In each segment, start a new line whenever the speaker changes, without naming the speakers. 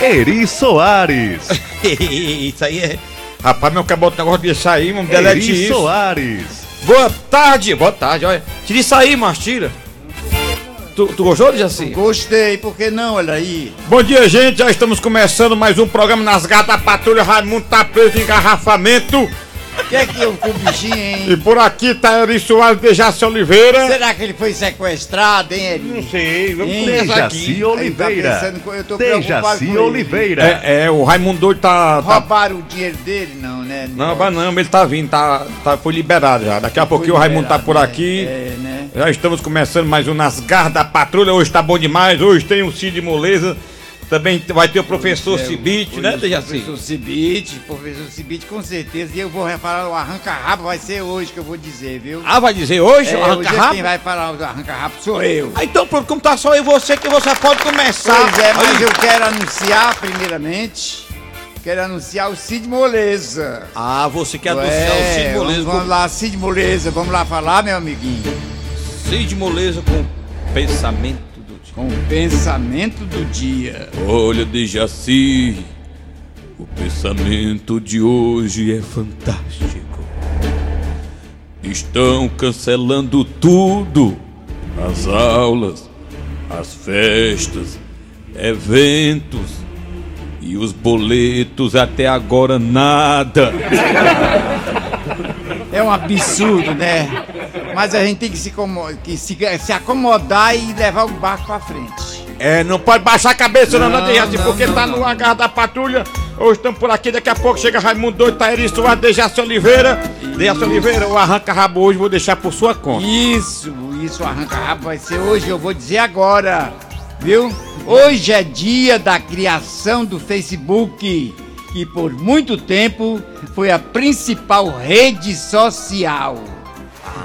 Eri Soares.
Isso aí é. Rapaz, meu cabotão negócio de sair, mano. Delete
Eri
isso.
Soares.
Boa tarde, boa tarde, olha. Tira isso aí, mas tira. Tu, tu gostou, Jaci?
Gostei, por que não? Olha aí.
Bom dia, gente. Já estamos começando mais um programa nas gatas da patrulha. Raimundo tá preso em engarrafamento.
O que é que eu com o bichinho, hein?
E por aqui tá Eri Soares de Jaci Oliveira.
Será que ele foi sequestrado, hein, Eri?
sei,
Hein, tá
Dejaci
Ele tá
Oliveira.
pensando que eu tô preocupado com
Dejaci
ele.
Oliveira.
É, é, o Raimundo doido tá. tá-
Roubaram o dinheiro dele? Não, né?
Não, mas não, ele tá vindo, tá, tá, foi liberado já. Daqui a pouquinho o Raimundo tá por aqui.
É, né?
Já estamos começando mais um Nas Garras da Patrulha. Hoje tá bom demais. Hoje tem o Cid Moleza. Também vai ter o professor Cibite, né,
É, Professor
Dejaci?
Cibite, professor Cibite, com certeza. E eu vou falar o arranca-rabo, vai ser hoje que eu vou dizer, viu?
Ah, vai dizer hoje?
É,
arranca
hoje
rápido?
quem vai falar o arranca-rabo sou eu.
Ah, então pronto, como tá só eu e você, que você pode começar.
Pois é, mas
Aí.
eu quero anunciar, primeiramente, quero anunciar o Cid Moleza.
Ah, você quer anunciar o
É,
Cid Moleza,
vamos, vamos lá, Cid Moleza, vamos lá falar, meu amiguinho.
com, Cid Moleza com pensamento do dia.
Com o pensamento do dia.
Olha, Dejaci, o pensamento de hoje é fantástico. Estão cancelando tudo: as aulas, as festas, eventos e os boletos. Até agora, nada.
É um absurdo, né? Mas a gente tem que se, como- que se- se acomodar e levar o barco pra frente.
É, não pode baixar a cabeça, não, não,
Não,
Dejaci,
não,
porque
não,
tá
não.
no hangar da patrulha. Hoje estamos por aqui, daqui a pouco chega Raimundo Doido, Tairi Soares, Dejaci Oliveira. Dejaci Oliveira, o arranca-rabo hoje vou deixar por sua conta.
Isso, isso, arranca-rabo vai ser hoje, eu vou dizer agora, viu? Hoje é dia da criação do Facebook, que por muito tempo foi a principal rede social.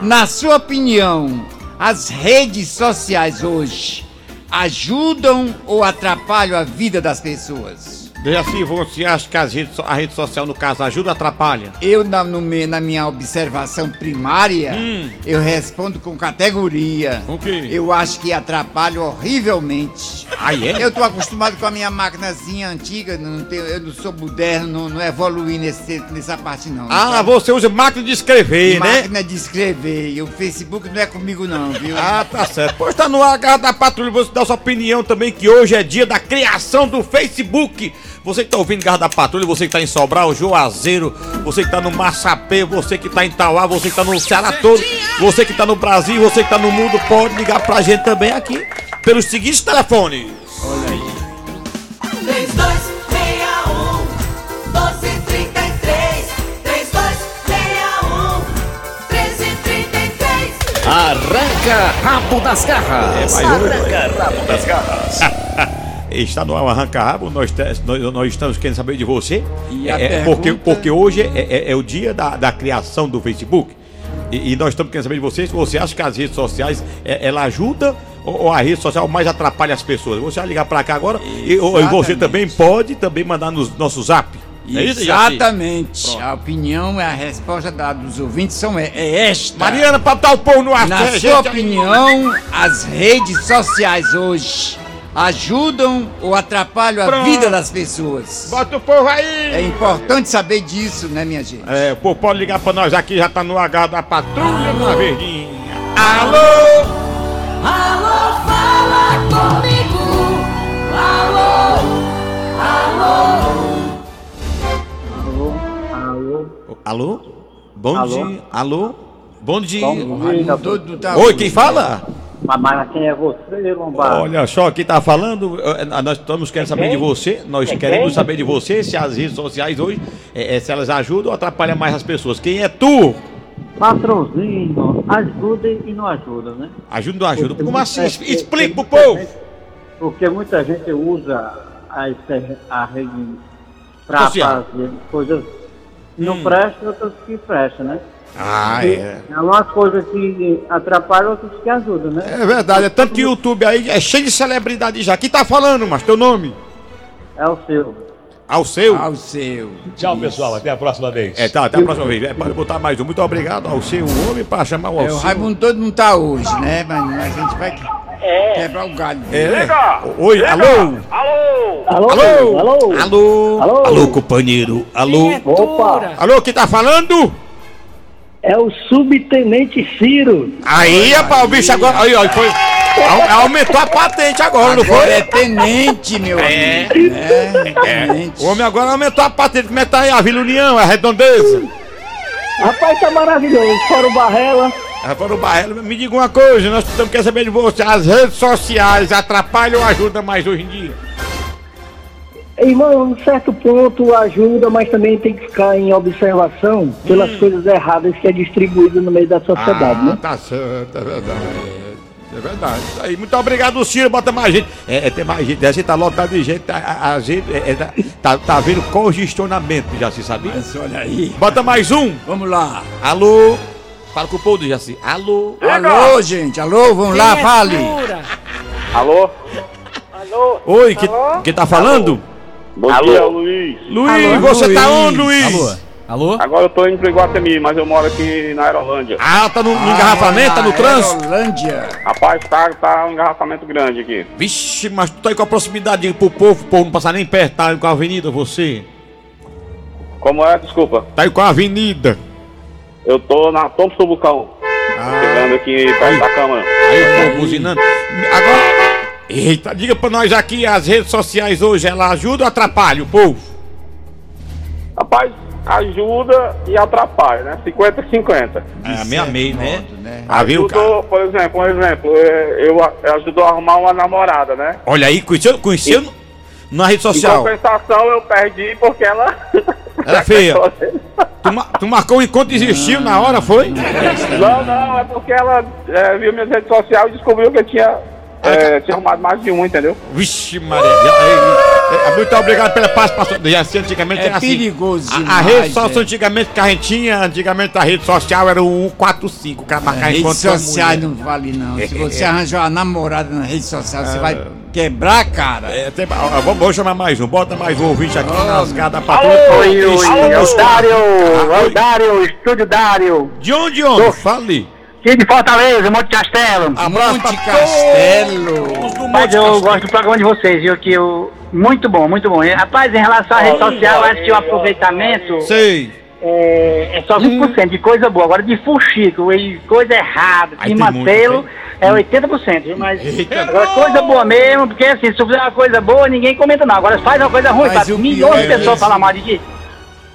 Na sua opinião, as redes sociais hoje ajudam ou atrapalham a vida das pessoas?
Dejaci, você acha que as redes so- a rede social, no caso, ajuda ou atrapalha?
Eu, na, no me- na minha observação primária,
Hum.
eu respondo com categoria.
O quê?
Eu acho que atrapalha horrivelmente.
Aí é?
Eu tô acostumado com a minha maquinazinha antiga, não tenho, eu não sou moderno, não, não evoluí nesse, nessa parte não.
Ah,
sabe?
você usa máquina de escrever, né?
Máquina de escrever, e o Facebook não é comigo não, viu?
Ah, tá certo. Pois tá no H da Patrulha, você dá sua opinião também que hoje é dia da criação do Facebook. Você que tá ouvindo Garra da Patrulha, você que tá em Sobral, Juazeiro, você que tá no Massapê, você que tá em Tauá, você que tá no Ceará todo, você que tá no Brasil, você que tá no mundo, pode ligar pra gente também aqui pelos seguintes telefones.
3261 1233 3261 1333
Arranca rabo das garras.
né?
Arranca rabo das garras.
Está no ar o arranca-rabo, nós, te- nós, nós estamos querendo saber de você.
E a
É, é, porque,
pergunta-
porque hoje é, é- é o dia da, da criação do Facebook. E, e nós estamos querendo saber de você se você acha que as redes sociais é, ela ajuda ou, ou a rede social mais atrapalha as pessoas. Você vai ligar para cá agora e, ou- e você
Exatamente.
também pode também mandar no nosso zap. É isso, Jaci?
Exatamente. a opinião, é a resposta da- dos ouvintes são, é, é esta.
Mariana, para botar o povo no ar,
Na
é,
sua
gente, aí.
opinião, as redes sociais hoje ajudam ou atrapalham a
Pronto.
vida das pessoas?
Bota o povo aí!
É importante saber disso, né, minha gente?
É, o povo pode ligar pra nós aqui, já tá no H da Patrulha na Verdinha. Alô!
Alô, fala comigo Alô, alô
Alô? Bom
Alô?
dia. Alô? Bom dia.
Vida,
Todo tá-
Oi, quem fala?
mas, mas quem é você, Lombardo?
Olha só quem tá falando. eh, Nós estamos querendo saber
quem?
de você. Nós
É
queremos
quem?
saber de você se as redes sociais hoje, eh, eh, se elas ajudam ou atrapalham mais as pessoas. Quem é tu?
Patrãozinho, ajuda e não ajuda, né?
Ajuda ou não ajuda?
Porque
Como
muita
assim?
gente-
Explica pro
muita
povo.
gente- Porque muita gente usa as ter- a rede pra
Social.
fazer coisas que não prestam, outras que prestam, né?
Hum. Ah, é.
Há umas coisas que atrapalham, outras que ajudam, né?
É verdade, é tanto que o YouTube aí é cheio de celebridade já. Quem tá falando, mas teu nome?
É o seu.
Ao Ah, seu?
Ao seu.
Tchau, pessoal. Até a próxima vez.
É, tá, até a próxima vez. É, pode botar mais um. Muito obrigado ao seu homem para chamar o
É, o
Alceu.
Raimundo todo não tá hoje, né? Mas, mas a gente vai.
É.
Quebrar o galho.
É.
Chega!
Oi, alô?
Alô!
Alô?
Alô?
Alô? Alô?
Alô?
Alô?
Alô, companheiro? Alô?
Opa!
Alô, quem tá falando?
É o subtenente Ciro.
Aí, rapaz, o bicho agora. Aí, ó, foi. au- Aumentou a patente agora, não
Agora é
foi?
tenente, meu
É.
amigo. É, tenente.
O homem agora aumentou a patente. Como é que tá aí? A Vila União, a Redondeza?
Rapaz, tá maravilhoso. Fora o Barrela.
Agora É, o Barrelo, me diga uma coisa, nós precisamos quer saber de você. As redes sociais atrapalham ou ajudam mais hoje em dia?
Irmão, um certo ponto ajuda, mas também tem que ficar em observação
Hum.
pelas coisas erradas que é distribuído no meio da sociedade, né?
tá certo, é verdade. É verdade. Isso aí. Muito obrigado, Ciro. Bota mais gente. É, é tem mais gente. A gente tá lotado de gente. A, a- a gente é, é, tá, tá, tá havendo congestionamento, já se sabia.
Mas olha aí.
Bota mais um.
Vamos lá.
Alô? Fala com o povo do Jaci. Alô? é
Alô, gente. Alô, vamos lá, vale.
Alô?
Oi, que, quem tá falando?
Bom Alô? dia, Luiz.
Luiz, você tá onde, Luiz?
Alô?
Agora eu tô indo pro Iguatemi, mas eu moro aqui na Aerolândia.
Ah, tá no, no engarrafamento, tá no
Ah,
trânsito?
Aerolândia.
Rapaz, tá, tá um engarrafamento grande aqui.
Vixe, mas tu tá aí com a proximidade pro povo, o povo não passar nem perto, tá aí com a avenida, você.
Como é? Desculpa.
Tá aí com a avenida.
Eu tô na Thompson Bucão. Chegando aqui perto da Câmara.
Ah. Aí o povo buzinando. Agora, eita, diga pra nós aqui, as redes sociais hoje, ela ajuda ou atrapalha o povo?
Rapaz, ajuda e atrapalha, né? 50-50.
Ah,
É, meia meia, né?
né?
Ah, viu, cara?
Ajudou, por exemplo, um exemplo, é, eu, eu ajudou a arrumar uma namorada, né?
Olha aí, conheceu, conheceu no- na rede
Em
social.
compensação, Então, eu perdi porque ela.
Era feia. Tu, ma- tu marcou um encontro e desistiu na hora, foi?
Não, não, é porque ela é, viu minhas redes sociais e descobriu que eu tinha, é, tinha arrumado mais de um, entendeu?
Vixe, Maria. Já- aí, é, é, Muito obrigado pela participação. Já assim, antigamente
É
era assim.
perigoso
A, a rede
demais,
social
é.
antigamente que a gente tinha, antigamente a rede social era o 145, cara marcar
Redes
encontro com a
sociais
mulher.
não vale, não.
É,
Se você arranjar uma namorada na rede social, você vai quebrar, cara.
Ah. É, tem, ó, ó, vou, vou chamar mais um, bota mais um ouvinte aqui nas nas cada patrulha.
Oi, oi, é o
Estamos-
Dário,
Ah,
é o
oi.
Dário, estúdio Dário,
De onde, homem? Fale.
aqui de Fortaleza, Monte Castelo.
Abraço
Monte
pra
Castelo.
todos do
Mas
Monte
eu
Castelo.
gosto do programa de vocês, viu, que eu... Muito bom, muito bom. E, Rapaz, em relação à rede social, eu acho que o um aproveitamento
Sei.
é, é só 20%
Hum.
de coisa boa. Agora, de fuxico e coisa errada,
Aí
de
tem
mantê-lo,
muito,
é 80%, viu? Mas agora, coisa boa mesmo, porque assim, se fizer uma coisa boa, ninguém comenta não. Agora, faz uma coisa ruim,
Mas
faz
o
milhões
pior
de
é
pessoas
isso.
falar mal de ti.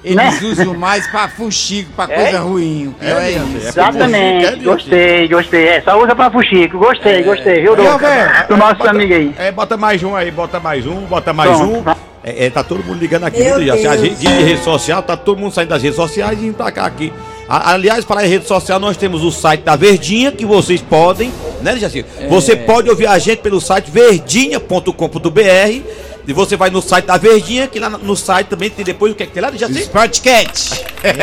Eles usam mais pra fuxico, pra coisa ruim. O pior é, isso.
É,
Exatamente,
Deus.
gostei, gostei. É, só usa pra fuxico,
É.
gostei, gostei, viu,
Não,
Douglas?
velho.
Do nosso
Bota-
amigo aí.
É, bota mais um aí, bota mais um, bota mais
Pronto.
um. É, é, tá todo mundo ligando aqui,
Meu
viu, Jaci? A
Deus.
gente- dia de rede social, tá todo mundo saindo das redes sociais e indo pra cá aqui. A- aliás, falar em rede social, nós temos o site da Verdinha, que vocês podem, né, Jaci?
É.
Você pode ouvir a gente pelo site verdinha.com.br e você vai no site da Verdinha, que lá no site também tem depois o que é que tem lá, Jaci?
Sportcat.
É.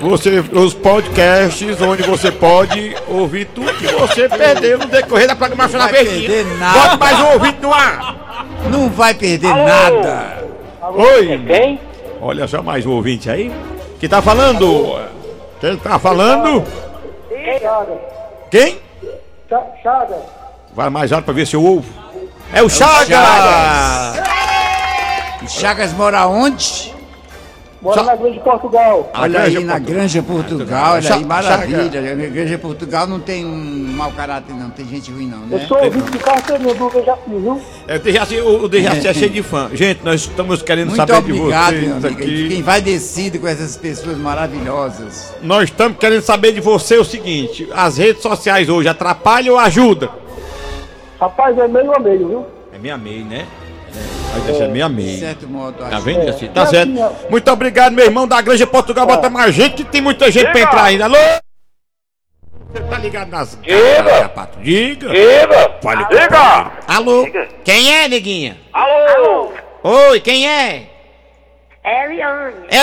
Você, os podcasts onde você pode ouvir tudo que você perdeu no decorrer da programação
Não
da
vai
Verdinha.
perder nada.
Bota mais um ouvinte no ar!
Não vai perder nada.
Oi! Quem? Olha só mais um ouvinte aí. Quem tá falando? Quem tá falando? Quem?
Chaga.
Vai mais alto pra ver se eu ouvo. É o Chagas!
Chagas. O Chagas mora onde?
Mora
Sa- na
Grande Portugal.
Olha
Granja
aí, na
Portugal.
Granja Portugal, olha
Cha-
aí, maravilha. Na Granja Portugal não tem um mau caráter, não. Tem gente ruim, não, né?
ouvinte de carteirinha do Jaci, viu?
É, o Dejaci- o Dejaci é cheio de fã. Gente, nós estamos querendo
Muito
saber
obrigado,
de
meu
vocês
amigo. Quem
aqui.
vai descido com essas pessoas maravilhosas.
Nós estamos querendo saber de você o seguinte: as redes sociais hoje atrapalham ou ajudam?
Rapaz, é meio a meio, viu?
É meia meia, né? É, Vai deixar meia
De
meia.
certo modo,
Tá
acho.
vendo, Jaci? Tá
Não,
certo.
não.
Muito obrigado, meu irmão da Granja Portugal. Bota mais gente que tem muita gente pra entrar ainda. Alô? Você tá ligado nas.
Diga.
Sapato. Diga.
Diga!
Fale com-
Diga!
Alô? Quem é, neguinha?
Alô!
Oi, quem é? Eliane.
Ah,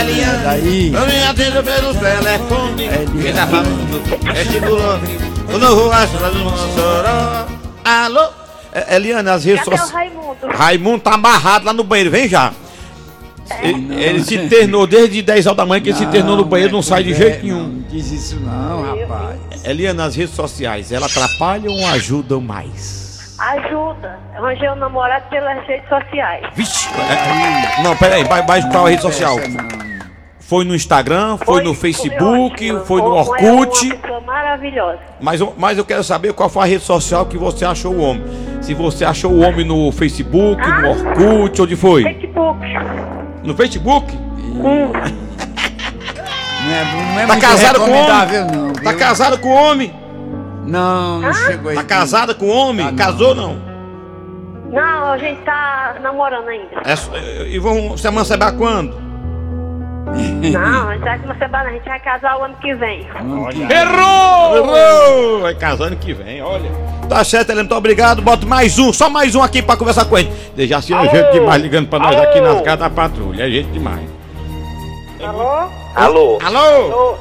Eliane. Eliane.
Daí,
Eu me atendo pelo telefone.
É
Quem tá falando? É tipo. Eu não vou achar no Soró. Alô? É, Eliane, as redes sociais.
Raimundo?
Raimundo tá amarrado lá no banheiro, vem já. Ele, ele se ternou desde 10 horas da manhã que ele se ternou no banheiro, não é sai de jeito nenhum.
Ah, é, Não diz isso não, rapaz.
Eliana, nas redes sociais, ela atrapalha ou ajudam mais?
Ajuda. Arranjei um namorado pelas redes sociais.
Vixe! é- não, peraí, vai, vai pra rede social. Foi no Instagram, foi, no Facebook, foi no
Foi é uma
Orkut.
pessoa maravilhosa.
Mas, eu- mas eu quero saber qual foi a rede social que você achou o homem. Se você achou o homem no Facebook, no Orkut, onde foi?
Facebook.
No Facebook?
Não é, não é
Tá
muito
casado com
recomendável, não.
Tá
viu?
casado com o homem?
Não, não chegou aí. Ah,
Tá casada com o homem? Casou não?
Não, a gente tá namorando ainda.
É só- e vão se amancebar quando?
Não, a gente vai começar a a gente vai casar o ano que vem.
Errou! Errou! Vai casando que vem, olha. Tá certo, Helena, muito obrigado. Bota mais um, só mais um aqui pra conversar com ele. Já se é gente demais ligando pra nós aqui nas casas da patrulha. É gente demais.
Alô?
Alô?
Alô?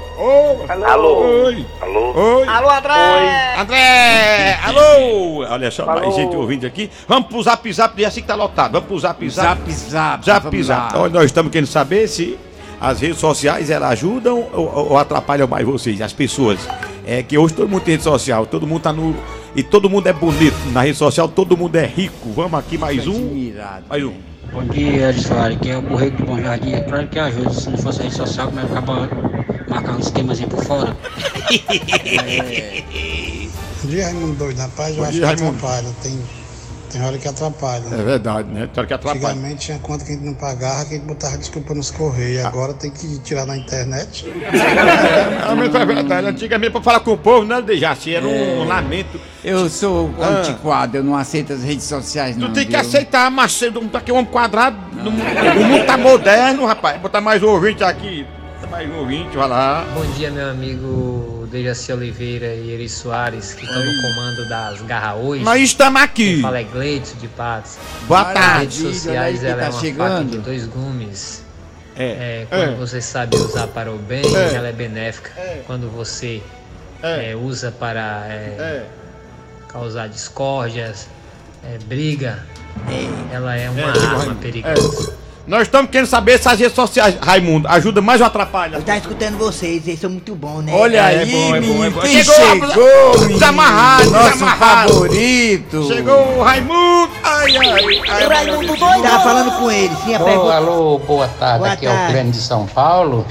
Alô?
Alô?
Oi!
Alô?
Oi!
Alô, André!
André! Alô! Olha só, mais gente ouvindo aqui. Vamos pro zap zap, é assim que tá lotado. Vamos pro zap zap.
Zap, zap.
Zap
vamos
zap.
lá.
Olha, nós estamos querendo saber se as redes sociais elas ajudam ou, ou atrapalham mais vocês, as pessoas. É que hoje todo mundo tem rede social, todo mundo tá no. E todo mundo é bonito na rede social, todo mundo é rico. Vamos aqui mais um.
Admirado.
Mais um.
Bom dia, Edson Soares. Aqui é o Borrego do Bom Jardim. É claro que ajuda. Se não fosse rede social, como é que acaba marcar uns queimazinhos por fora?
Bom dia, Raimundo Doido. Rapaz, eu
Bom
acho
dia,
que
Raimundo.
atrapalha. Tem, tem hora que atrapalha.
É verdade, né? Claro que atrapalha.
Antigamente tinha conta que a gente não pagava, que a gente botava desculpa nos
Ah.
correios. Agora tem que tirar na internet.
Realmente é verdade. Antigamente, pra falar com o povo, né, Dejaci? Era um lamento.
É, Eu sou
Ah.
antiquado, eu não aceito as redes sociais,
Tu
não.
tem que
viu?
aceitar, mas você não tá aqui um homem quadrado. não- o mundo tá moderno, rapaz. Botar mais um ouvinte aqui. Botar Mais um ouvinte, vai lá.
Bom dia, meu amigo Dejaci Oliveira e Eri Soares, que estão no comando das Garra hoje.
Nós estamos aqui.
Fala é Gleito de Patos.
Boa
As
tarde.
redes sociais,
Olha aí quem
ela é
tá
uma faca
chegando.
de dois gumes.
É.
É, quando
É.
você sabe usar para o bem,
É.
ela é benéfica. Quando você é, usa para é, causar discórdias, é, briga, ela é uma
É,
arma
Raimundo.
perigosa.
Nós estamos querendo saber se as redes sociais, Raimundo, ajuda mais ou atrapalha?
Tá escutando vocês, vocês são muito bons, né?
Olha
É
aí,
bom, é bom, é
menino,
bom.
quem
Chegou,
chegou, menino?
desamarrado,
nosso
desamarrado.
favorito.
Chegou o Raimundo! Ai, ai, ai!
Raimundo doido! Tá falando com ele, sim, a
Alô,
pergunta.
alô, boa tarde.
Boa
Aqui é o
tarde.
Grande de São Paulo.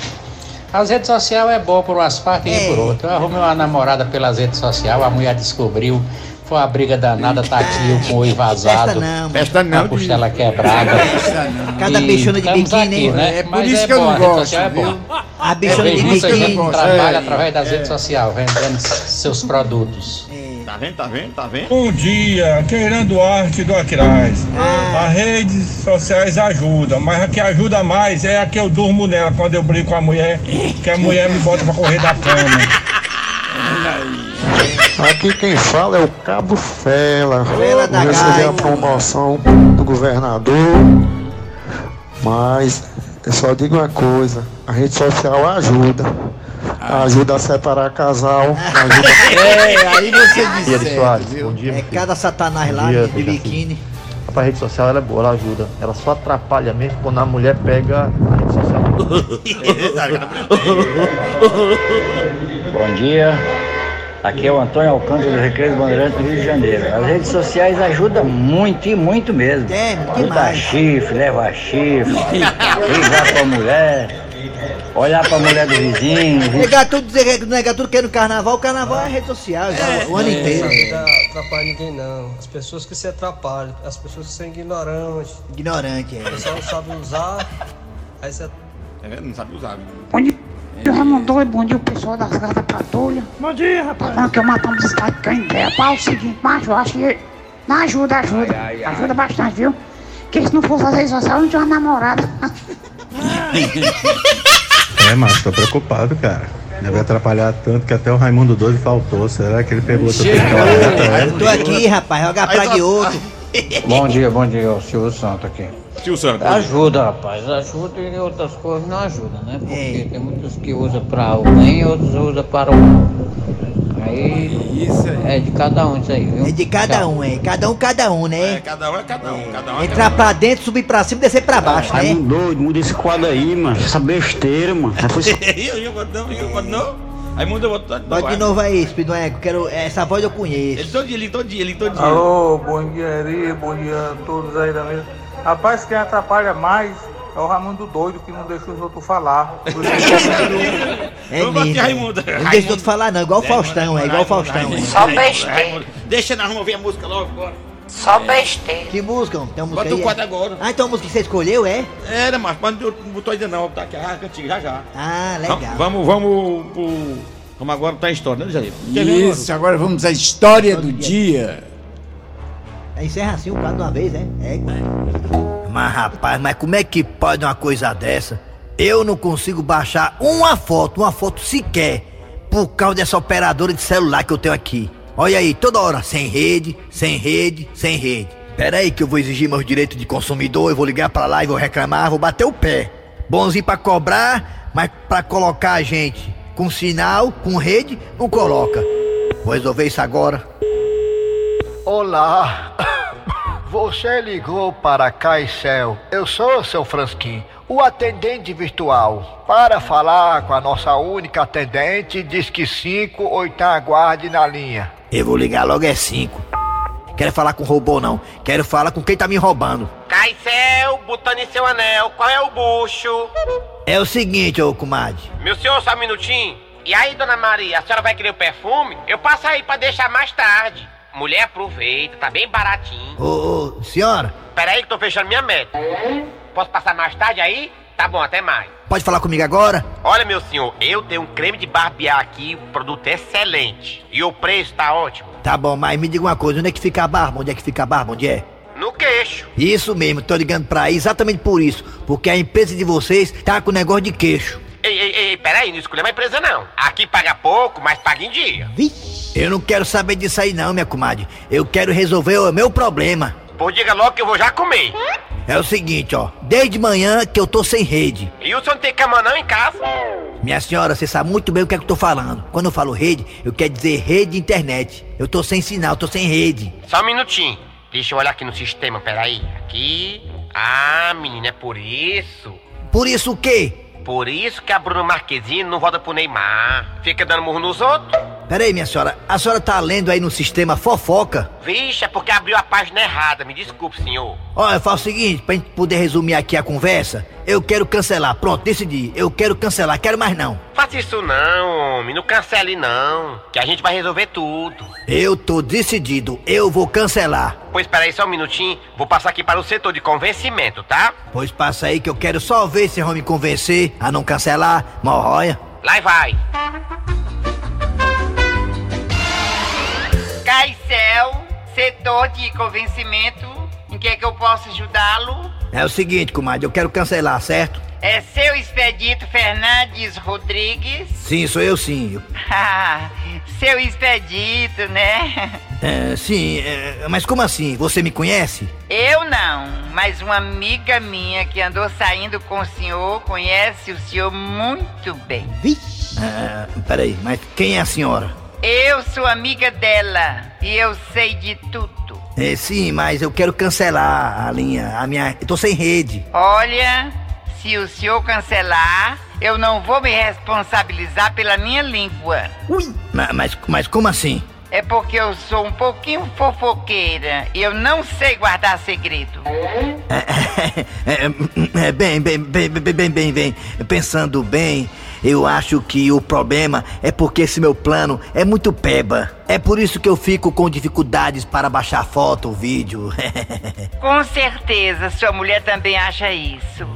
As redes sociais é bom por umas partes e por outras. Eu arrumei uma namorada pelas redes sociais, a mulher descobriu. Foi uma briga danada, tá aqui o coi vazado.
não,
Festa
não. A costela quebrada.
Cada
E
bichona de
estamos
biquíni,
aqui,
hein?
né?
É por
Mas
isso que eu
bom,
não
a rede
gosto,
social é
viu?
bom.
A bichona
é
de
muita gente
biquíni.
trabalha
É.
através das redes sociais, vendendo seus produtos.
É.
Tá vendo, tá vendo, tá vendo?
Bom Um dia, aqui é Irã Duarte do Aquiraz. As redes sociais ajudam, mas a que ajuda mais é a que eu durmo nela quando eu brigo com a mulher, que a mulher me bota pra correr da cama.
Aqui quem fala é o Cabo Fela.
Fela da
Eu recebi a
Gaia.
promoção do governador, mas eu só digo uma coisa: a rede social ajuda. Ajuda a separar casal. Ajuda
Ah. É, aí você
E ele, Soares, bom dia,
É
meu filho.
cada satanás lá,
Bom dia,
de
Dejaci.
biquíni.
Rapaz, a rede social ela é boa, ela ajuda. Ela só atrapalha mesmo quando a mulher pega a rede social.
Bom dia. Aqui é o Antônio Alcântara do Recreio Bandeirante do Rio de Janeiro. As redes sociais ajudam muito e muito mesmo. É, Botar
demais.
chifre, levar chifre, brigar com a mulher, olhar pra mulher do vizinho.
Uhum.
Negar tudo, dizer que negar tudo que é no carnaval, o carnaval é rede social, já, o ano inteiro.
É, Não atrapalha ninguém, não. As pessoas que se atrapalham, as pessoas que são ignorantes.
Ignorante, é.
O pessoal não sabe usar, aí você
É, não sabe usar.
Bom dia, Ramon Doido, bom dia, o pessoal das garras da patrulha. Bom dia, rapaz. Falando que eu matando esse cara de Canindé. Pá, é o seguinte, macho, eu acho que não ajuda, ajuda. ajuda bastante, viu? Porque se não fosse as redes sociais, eu não tinha uma namorada.
É, mas tô preocupado, cara. Deve atrapalhar tanto que até o Raimundo Doido faltou. Será que ele pegou outra
né?
Tá, né?
Eu tô aqui, rapaz, jogar pra
tá-
de outro.
Bom dia, bom dia, o Silvio Santo aqui.
Tio Santo.
Ajuda, rapaz, ajuda e outras coisas não ajudam, né? Porque tem muitos que usam para o bem e outros usam para o.
Aí é de cada um isso aí, viu?
É de cada um, é. Cada um, cada um, né?
Cada um Tá. é cada um, cada um é
Entrar pra dentro, subir pra cima e descer pra baixo, né?
Raimundo um doido, muda esse quadro aí, mano. Essa besteira, mano. Vai pro c-
Eu, eu, eu, eu, eu, não. Aí muda o outro. tá
Bota de novo aí, Speedo Eco. Quero... é, Essa voz eu conheço.
Ele todo dia, ele todo dia, ele todo dia.
Alô, bom dia, Eri, bom dia a todos aí da mesa. Rapaz, quem atrapalha mais é o Raimundo doido que não deixa os outros falar.
É lindo. Não deixa eu te falar, não. Igual o Faustão, é. Igual o Faustão. é.
Só besteira. Deixa nós vamos ver a música logo agora.
Só besteira. Que música? Tem uma música
Bota o
aí, é?
quadro agora.
Ah, então a música que você escolheu é?
Era, mas mas não botou ainda não, tá aqui a cantiga já já.
Ah, legal.
Vamos, vamos pro. Vamos agora pra história, né, Jair? Quer ver
Isso, agora vamos à história do dia.
É, Encerra assim o quadro de uma vez, né? É. Mas rapaz, mas como é que pode uma coisa dessa? Eu não consigo baixar uma foto, uma foto sequer, por causa dessa operadora de celular que eu tenho aqui. Olha aí, toda hora, sem rede, sem rede, sem rede. Pera aí que eu vou exigir meus direitos de consumidor, eu vou ligar pra lá e vou reclamar, vou bater o pé. Bonzinho pra cobrar, mas pra colocar a gente com sinal, com rede, não coloca. Vou resolver isso agora.
Olá, você ligou para Caicel. Eu sou o seu Fransquim, o atendente virtual. Para falar com a nossa única atendente, diz que 5 ou então aguarde na linha.
Eu vou ligar logo é 5. Quero falar com robô não, quero falar com quem tá me roubando.
Cai céu, botando em seu anel, qual é o bucho?
É o seguinte, ô comadre.
Meu senhor, só um minutinho. E aí, dona Maria, a senhora vai querer o perfume? Eu passo aí pra deixar mais tarde. Mulher, aproveita, tá bem baratinho.
Ô, ô, senhora,
Pera aí que tô fechando minha meta. Posso passar mais tarde aí? Tá bom, até mais.
pode falar comigo agora?
Olha, meu senhor, eu tenho um creme de barbear aqui, o produto é excelente. E o preço tá ótimo.
Tá bom, mas me diga uma coisa, onde é que fica a barba? Onde é que fica a barba? Onde é?
No queixo.
Isso mesmo, tô ligando pra aí exatamente por isso, porque a empresa de vocês tá com negócio de queixo.
Ei, ei, ei, pera aí, não escolheu uma empresa não. Aqui paga pouco, mas paga em dia.
Eu não quero saber disso aí não, minha comadre. Eu quero resolver o meu problema.
Pois diga logo que eu vou já comer.
É o seguinte, ó, desde manhã que eu tô sem rede.
E o senhor não tem cama não em casa?
Minha senhora, você sabe muito bem o que é que eu tô falando. Quando eu falo rede, eu quero dizer rede de internet. Eu tô sem sinal, tô sem rede.
Só um minutinho. Deixa eu olhar aqui no sistema, peraí. Aqui. Ah, menina, é por isso.
Por isso o quê?
Por isso que a Bruna Marquezine não vota pro Neymar. Fica dando murro nos outros.
Peraí, minha senhora, a senhora tá lendo aí no sistema fofoca?
Vixe, é porque abriu a página errada. Me desculpe, senhor.
Olha, eu faço o seguinte, pra gente poder resumir aqui a conversa, eu quero cancelar. Pronto, decidi. Eu quero cancelar, quero mais não.
Faça isso não, homem. Não cancele não. Que a gente vai resolver tudo.
Eu tô decidido, eu vou cancelar.
Pois peraí só um minutinho. Vou passar aqui para o setor de convencimento, tá?
Pois passa aí que eu quero só ver se vão me convencer a não cancelar, morroia.
Lá vai.
Caicel, setor de convencimento, em que é que eu posso ajudá-lo?
É o seguinte, comadre, eu quero cancelar, certo?
É seu expedito Fernandes Rodrigues?
Sim, sou eu sim.
Ah, seu expedito, né?
É, sim, é, mas como assim? Você me conhece?
Eu não, mas uma amiga minha que andou saindo com o senhor conhece o senhor muito bem.
Ah, peraí, mas quem é a senhora?
Eu sou amiga dela e eu sei de tudo.
É, sim, mas eu quero cancelar a linha, a minha... Eu tô sem rede.
Olha, se o senhor cancelar, eu não vou me responsabilizar pela minha língua.
Ma- Mas, mas como assim?
É porque eu sou um pouquinho fofoqueira e eu não sei guardar segredo.
É, é, bem, bem, bem, bem, bem, bem, bem. Pensando bem, eu acho que o problema é porque esse meu plano é muito peba. É por isso que eu fico com dificuldades para baixar foto, vídeo.
Com certeza, sua mulher também acha isso.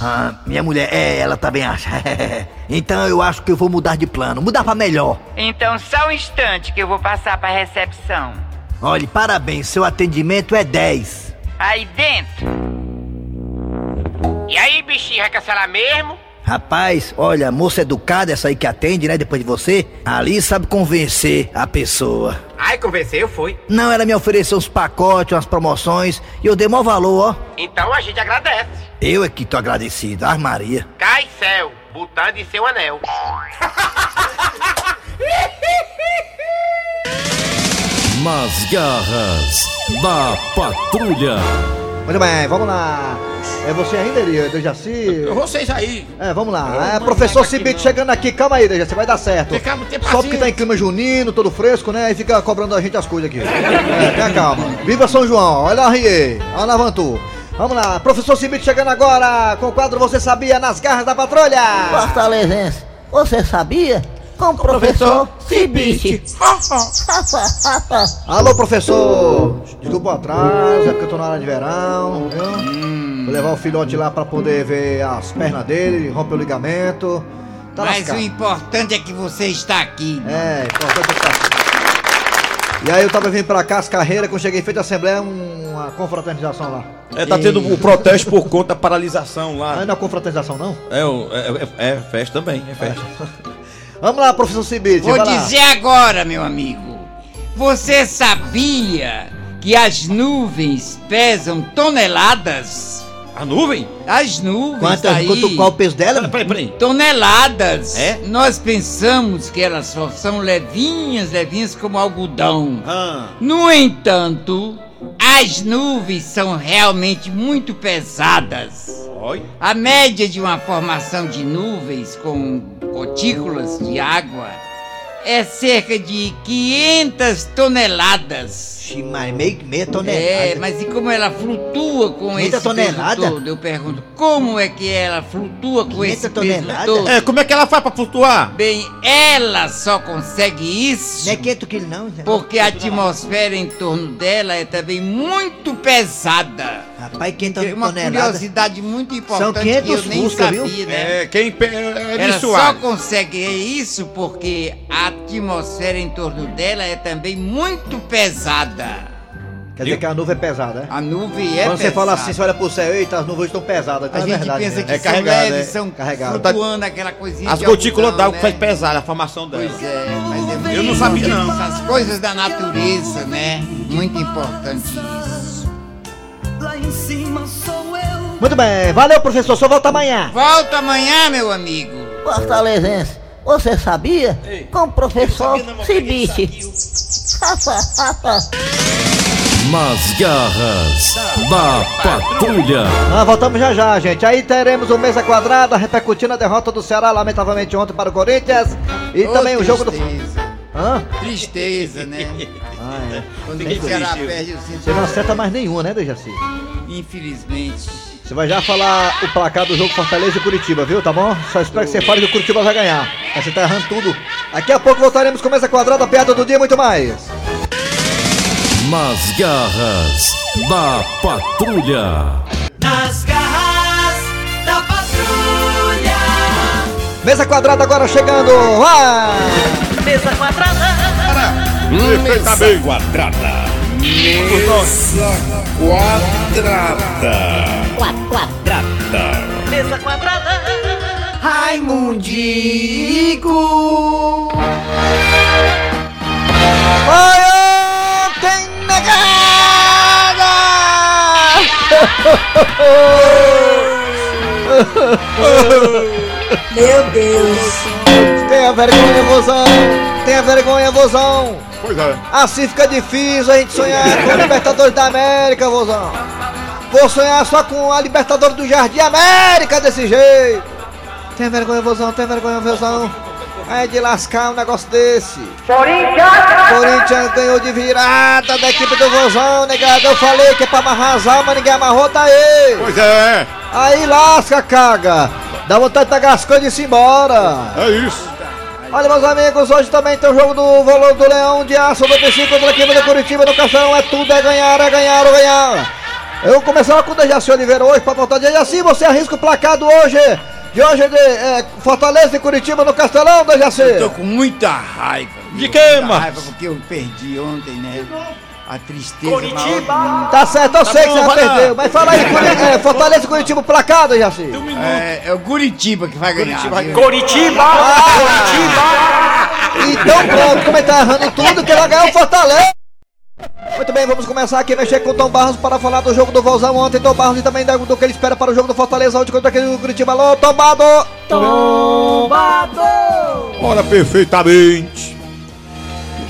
ah, minha mulher, é, ela também acha. então eu acho que eu vou mudar de plano, mudar pra melhor.
Então só um instante que eu vou passar pra recepção.
Olhe, parabéns, seu atendimento é 10.
Aí dentro.
E aí, bichinho, vai cancelar mesmo?
Rapaz, olha, moça educada essa aí que atende, né, depois de você, ali sabe convencer a pessoa.
Ai, convenceu, foi.
Não, ela me ofereceu uns pacotes, umas promoções, e eu dei maior valor, ó.
Então a gente agradece.
Eu é que tô agradecido, ah, Maria.
Cai céu, botando em seu anel.
Nas garras da patrulha.
Muito bem, vamos lá. É você ainda, Eli- Dejaci?
Vocês aí.
É, vamos lá. É, professor Cibite chegando aqui. Calma aí, Dejaci, vai dar certo.
Tem calma, tem
Só porque tá em clima junino, todo fresco, né? E fica cobrando a gente as coisas aqui. É, tenha calma. Viva São João. Olha a Rie. Olha a Navantu. Vamos lá. Professor Cibite chegando agora com o quadro Você Sabia nas Garras da Patrulha.
Fortalezense, você sabia? Com o professor Cibite.
Alô, professor! Desculpa o atraso, é porque eu tô na hora de verão, viu? Vou levar o filhote lá pra poder ver as pernas dele, rompeu o ligamento. Tá
Mas
lascado.
o importante é que você está aqui.
É, importante estar aqui. E aí eu tava vindo pra cá, as carreiras, quando cheguei feito a assembleia, um- uma confraternização lá.
É, tá tendo o protesto por conta da paralisação
Não é
lá.
na confraternização, não?
É, o- é, é- é festa também, é festa.
Vamos lá, professor Cibite,
Vou
vai lá.
dizer agora, meu amigo. Você sabia que as nuvens pesam toneladas?
A nuvem?
As nuvens.
Quantas-
tá aí.
quanto- qual o peso dela?
Peraí,
Toneladas. É? Nós pensamos que elas só são levinhas, levinhas como algodão. No entanto, as nuvens são realmente muito pesadas. A média de uma formação de nuvens com gotículas de água é cerca de 500 toneladas.
Mas meio meia
tonelada.
É, mas e como ela flutua com
500
esse
tonelada?
peso todo? Eu pergunto, como é que ela flutua com esse peso todo?
É, como é que ela faz pra flutuar?
Bem, ela só consegue isso. Não é
500 quilos, não.
Porque a atmosfera em torno dela é também muito pesada.
Rapaz,
É uma curiosidade muito importante
São 500
que eu nem
fusca,
sabia,
viu?
né?
É, quem pe... é
Ela só
suado.
consegue isso porque a atmosfera em torno dela é também muito pesada.
Quer dizer que a nuvem é pesada, né?
A nuvem é
Quando você
pesada.
fala assim, você olha pro céu, eita, as nuvens estão pesadas.
a
Então
gente
é verdade,
pensa
né?
que são leves, são flutuando aquela coisinha
tá As
de
gotículas
algodão,
d'água
né?
faz pesar a formação dela.
Pois é, mas é
Eu não
muito
sabia,
importante
não.
Essas coisas da natureza, né? Muito importante isso.
Lá em cima sou eu.
Muito bem, valeu, professor. Só volta amanhã.
Volta amanhã, meu amigo.
Fortalezense, você sabia? Com o professor Cibite.
Nas garras da patrulha.
Nós voltamos já já, gente. Aí teremos o Mesa Quadrada repercutindo a derrota do Ceará, lamentavelmente, ontem para o Corinthians. E
Ô,
também o jogo do.
tristeza.
Hã?
Tristeza, né?
Ah, é.
Quando
Tem
o Ceará
corrigir.
perde, eu sinto.
Você não acerta mais nenhum, né, Dejaci?
Infelizmente.
Você vai já falar o placar do jogo Fortaleza e Curitiba, viu? Tá bom? Só espero que você fale que o Curitiba vai ganhar. Mas você tá errando tudo. Daqui a pouco voltaremos com o Mesa Quadrada, piada do dia e muito mais.
Nas garras da patrulha.
Nas garras da patrulha.
Mesa Quadrada agora chegando. Vai!
Mesa quadrada.
Perfeita bem quadrada. Mesa quadrada. Quadrada.
Mesa quadrada.
Raimundigo. Foi ontem negada! Meu Deus! Tenha vergonha, mozão! Tenha vergonha, mozão! Pois é. Assim fica difícil a gente sonhar com a Libertadores da América, mozão! Vou sonhar só com a Libertadores do Jardim América desse jeito! Tem vergonha, vozão, tem vergonha, vozão. É de lascar um negócio desse.
Corinthians!
Corinthians ganhou de virada da equipe do vozão, negado. Eu falei que é pra amarrar as almas, ninguém amarrou, tá aí. Pois é. Aí lasca, caga. Dá vontade de pegar as coisas e ir embora. É isso. Olha, meus amigos, hoje também tem o jogo do Volão do Leão de Aço do PC contra a equipe do Curitiba do Cafão. É tudo, é ganhar, é ganhar, é ganhar. Eu vou começar com o Dejaci Oliveira hoje pra votar. Dejaci, você arrisca o placar do hoje. De hoje, de, é, Fortaleza e Curitiba no Castelão, Dejaci.
Tô com muita raiva. De
quê,
mano? raiva porque eu perdi ontem, né? A tristeza. Curitiba!
Tá certo, eu sei que você já perdeu. Mas fala aí, Curi- é, Fortaleza e Curitiba, placar, Dejaci.
É, é o Curitiba que vai ganhar. viu?
Curitiba! Então pronto, como ele tá errando tudo, que vai ganhar o Fortaleza. Muito bem, vamos começar aqui, mexer com o Tom Barros para falar do jogo do Volzão ontem. Tom Barros e também da- do que ele espera para o jogo do Fortaleza hoje contra aquele do Curitiba. Alô, tombado! Tombado!
Ora, perfeitamente.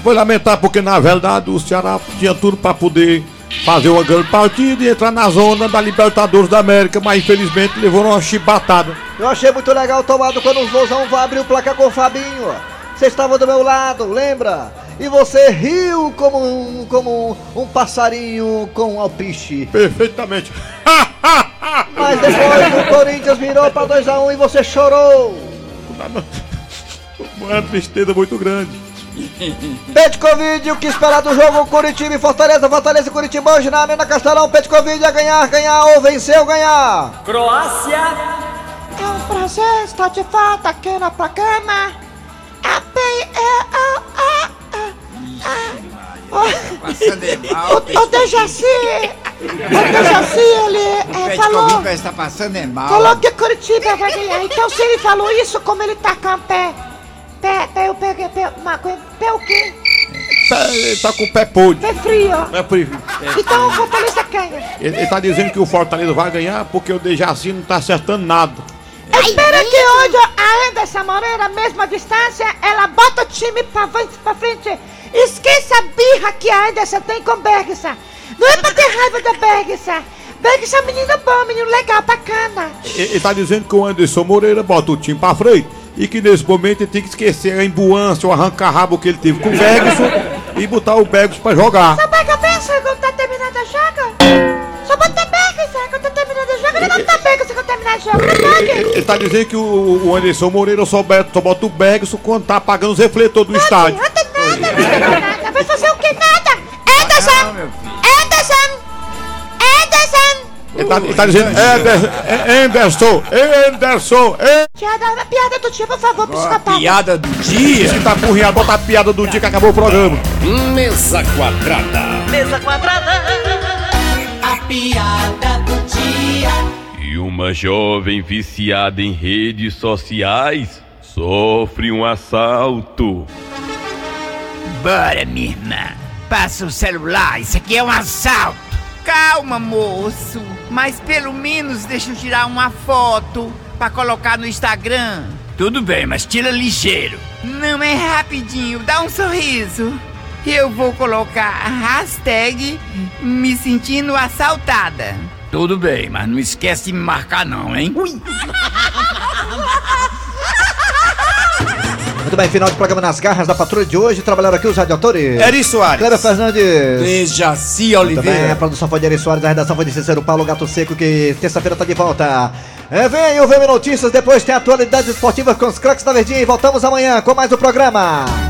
Foi lamentar porque, na verdade, o Ceará tinha tudo pra poder fazer uma grande partida e entrar na zona da Libertadores da América, mas infelizmente levou uma chibatada.
Eu achei muito legal o tomado quando os Vozão vai abrir o placar com o Fabinho. Você estava do meu lado, lembra? E você riu como um, como um passarinho com um alpiche.
Perfeitamente.
Mas depois o Corinthians virou para 2x1 e você chorou.
Tá Uma tristeza muito grande.
Petcovid, o que esperar do jogo Curitiba e Fortaleza, Fortaleza e Curitiba hoje na Arena Castelão, Petcovid é ganhar, ganhar ou vencer ou ganhar.
Croácia.
É um prazer estar de volta aqui na programa. A P E A A A. O, o Dejaci, o Dejaci,
O
ele é,
Pet
falou,
Covid vai estar passando é mal.
falou que Curitiba vai ganhar. Então se ele falou isso, como ele tá com pé, pé, pé, eu peguei, pé, uma coisa, pé o quê?
Tá- Ele tá com o pé podre.
Pé frio. ó.
É pri- é-
Então o é? Fortaleza ganha.
Ele, ele tá dizendo que o Fortaleza vai ganhar porque o Dejaci não tá acertando nada.
Espera que hoje a Anderson Moreira, mesma distância, ela bota o time pra, van- pra frente. Esqueça a birra que a Anderson tem com Bergson. Não é pra ter raiva da Bergson. Bergson é um menino bom, menino legal, bacana.
Ele, ele tá dizendo que o Anderson Moreira bota o time pra frente e que nesse momento ele tem que esquecer a embuância, o arranca-rabo que ele teve com o Bergson e botar o Bergson pra jogar.
Só pega Bergson quando tá terminando o jogo. Só bota Bergson quando tá terminando o jogo. Não bota Bergson quando terminar o jogo. Não
Ele,
pega.
ele tá dizendo que o, o Anderson Moreira só, be- só bota o Bergson quando tá apagando os refletores do estádio.
Nada, Vai fazer o que? Nada. Anderson! Anderson! Anderson!
Ele tá, ele tá dizendo, Ender- é- Anderson, Anderson, Anderson.
Piada, piada do dia, por favor, psicopata.
Piada do dia. Se tá burriado, bota a piada do dia que acabou o programa.
Mesa quadrada.
Mesa quadrada. A piada do dia.
E uma jovem viciada em redes sociais sofre um assalto.
Bora, minha irmã. Passa o celular, isso aqui é um assalto. Calma, moço. Mas pelo menos deixa eu tirar uma foto pra colocar no Instagram.
Tudo bem, mas tira ligeiro.
Não é rapidinho, dá um sorriso. Eu vou colocar a hashtag me sentindo assaltada.
Tudo bem, mas não esquece de me marcar não, hein?
Muito bem, final de programa nas garras da patrulha de hoje, trabalharam aqui os
É,
radiadores.
Eri Soares.
Cleber Fernandes.
Dejaci
Muito bem, a
Oliveira.
produção foi de Eri Soares, a redação foi de Cicero Paulo Gato Seco, que terça-feira tá de volta. É, vem o VM Notícias, depois tem atualidades esportivas com os craques da Verdinha e voltamos amanhã com mais o programa.